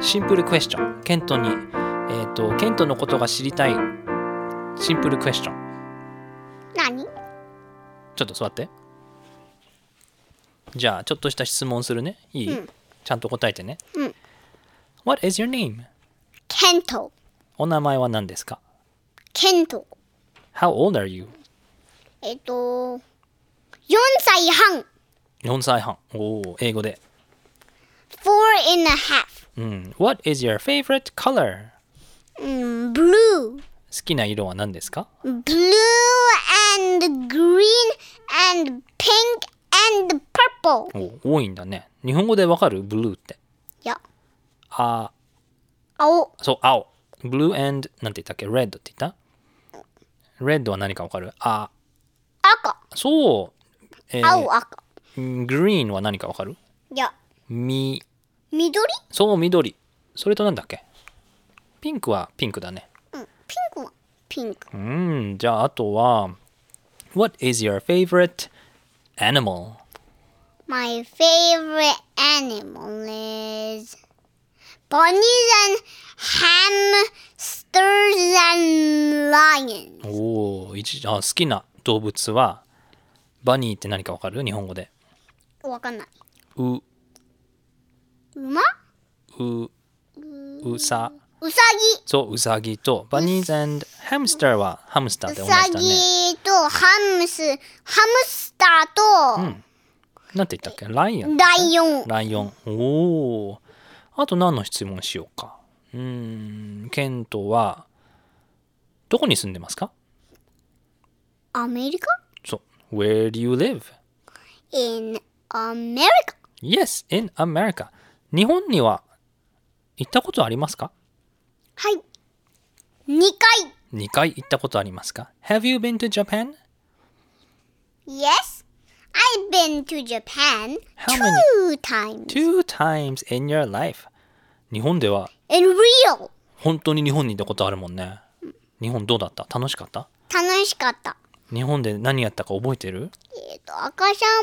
シンプルクエスチョンケントにえっ、とケントのことが知りたいシンプルクエスチョン何ちょっと座ってじゃあちょっとした質問するねいい、うんちゃんと答えてね、うん What is your name? ケントお名前は何ですかケント ?How old are you? えっと4歳半4歳半おお英語で、 four and a half うん、What is your favorite color? うん、blue Mm, 好きな色は何ですか blue and green and pink and purple お多いんだね日本語でわかるブルーっていやあ青そう青ブルー and なんて言ったっけレッドって言ったレッドは何かわかるあ赤そう、えー青赤グリーンは何かわかるいやみ緑そう緑それとなんだっけピンクはピンクだねうんピンクはピンクうんじゃああとは What is your favorite animal? My favorite animal is bunnies and hamsters and lions. おお一あ好きな動物はバニーって何かわかる日本語でわかんない。う馬ううさうさそううさぎとバニーズ and ハムスターはハムスターっぎ。てう同じださねぎとハムス、ハムスターなんて言ったっけライオとンライオン。ライオンおおあと何の質問しようかうーんケントはどこに住んでますかアメリカそう。Where do you live? ?in America. Yes, in America. 日本には行ったことありますかはい。2回。 ?2 回行ったことありますか ?Have you been to Japan? Yes, I've been to Japan How many? two times. Two times in your life. 日本では In real. 本当に日本に行ったことあるもんね。日本どうだった楽しかった楽しかった。日本で何やったか覚えてるえっ、と、赤ちゃん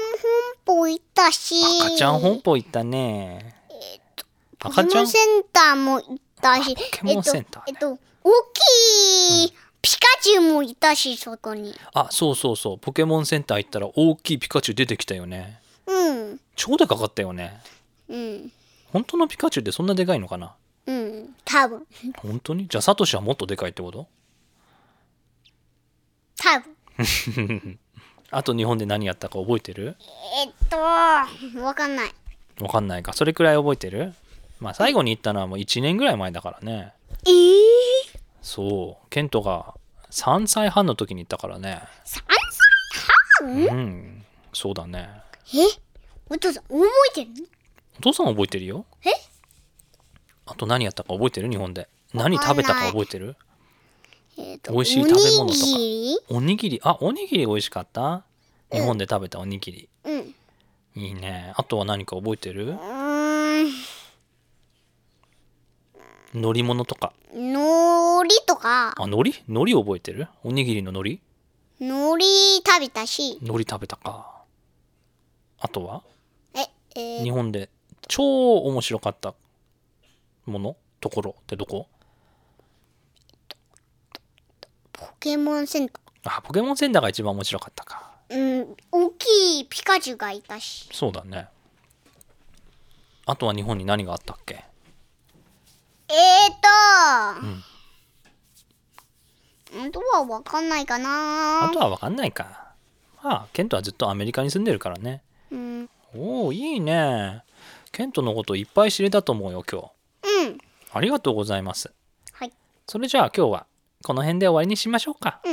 本舗行ったし、赤ちゃん本舗行ったね。ポ赤ケちゃモんンセンターも行ったし、あポケモンセンターねえっ、と、えっと、大きいピカチュウもいたし、そこに。あ、そうそうそう。ポケモンセンター行ったら大きいピカチュウ出てきたよね。うん、超でかかったよね。うん、本当のピカチュウってそんなでかいのかなうん、多分、本当にじゃあサトシはもっとでかいってこと多分。あと日本で何やったか覚えてるえっ、と、わかんない。わかんないかそれくらい覚えてるまあ最後に行ったのはもう1年ぐらい前だからねえー、そうケントが3歳半の時に行ったからね3うんそうだね歳えお父さん、覚えてるのお父さん覚えてるよえあと何やったか覚えてる日本で何食べたか覚えてるえっ、と、美お味しい食べ物とかにぎおにぎりりあおにぎり美味しかった日本で食べたおにぎり、うん。ういいねあとは何か覚えてるーん、乗り物とか海苔とか、あ海苔海苔覚えてるおにぎりの海苔海苔食べたし、海苔食べたかあとはえ、えー日本で超面白かったものところってどこポケモンセンタあポケモンセンターが一番面白かったかー。うん、大きいピカチュウがいたし。そうだねあとは日本に何があったっけえーと、あとはわかんないかなあとは分かんないかまあケントはずっとアメリカに住んでるからねうん。うん。おおいいねケントのこといっぱい知れたと思うよ今日ありがとうございますはい。それじゃあ今日はこの辺で終わりにしましょうかバ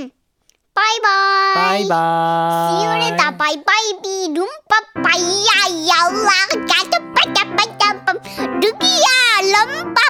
イババーイ。イバーイ See you later. Bye bye. Be room pa pa ya ya la. Ga da ba da ba da. Ruby ya lumba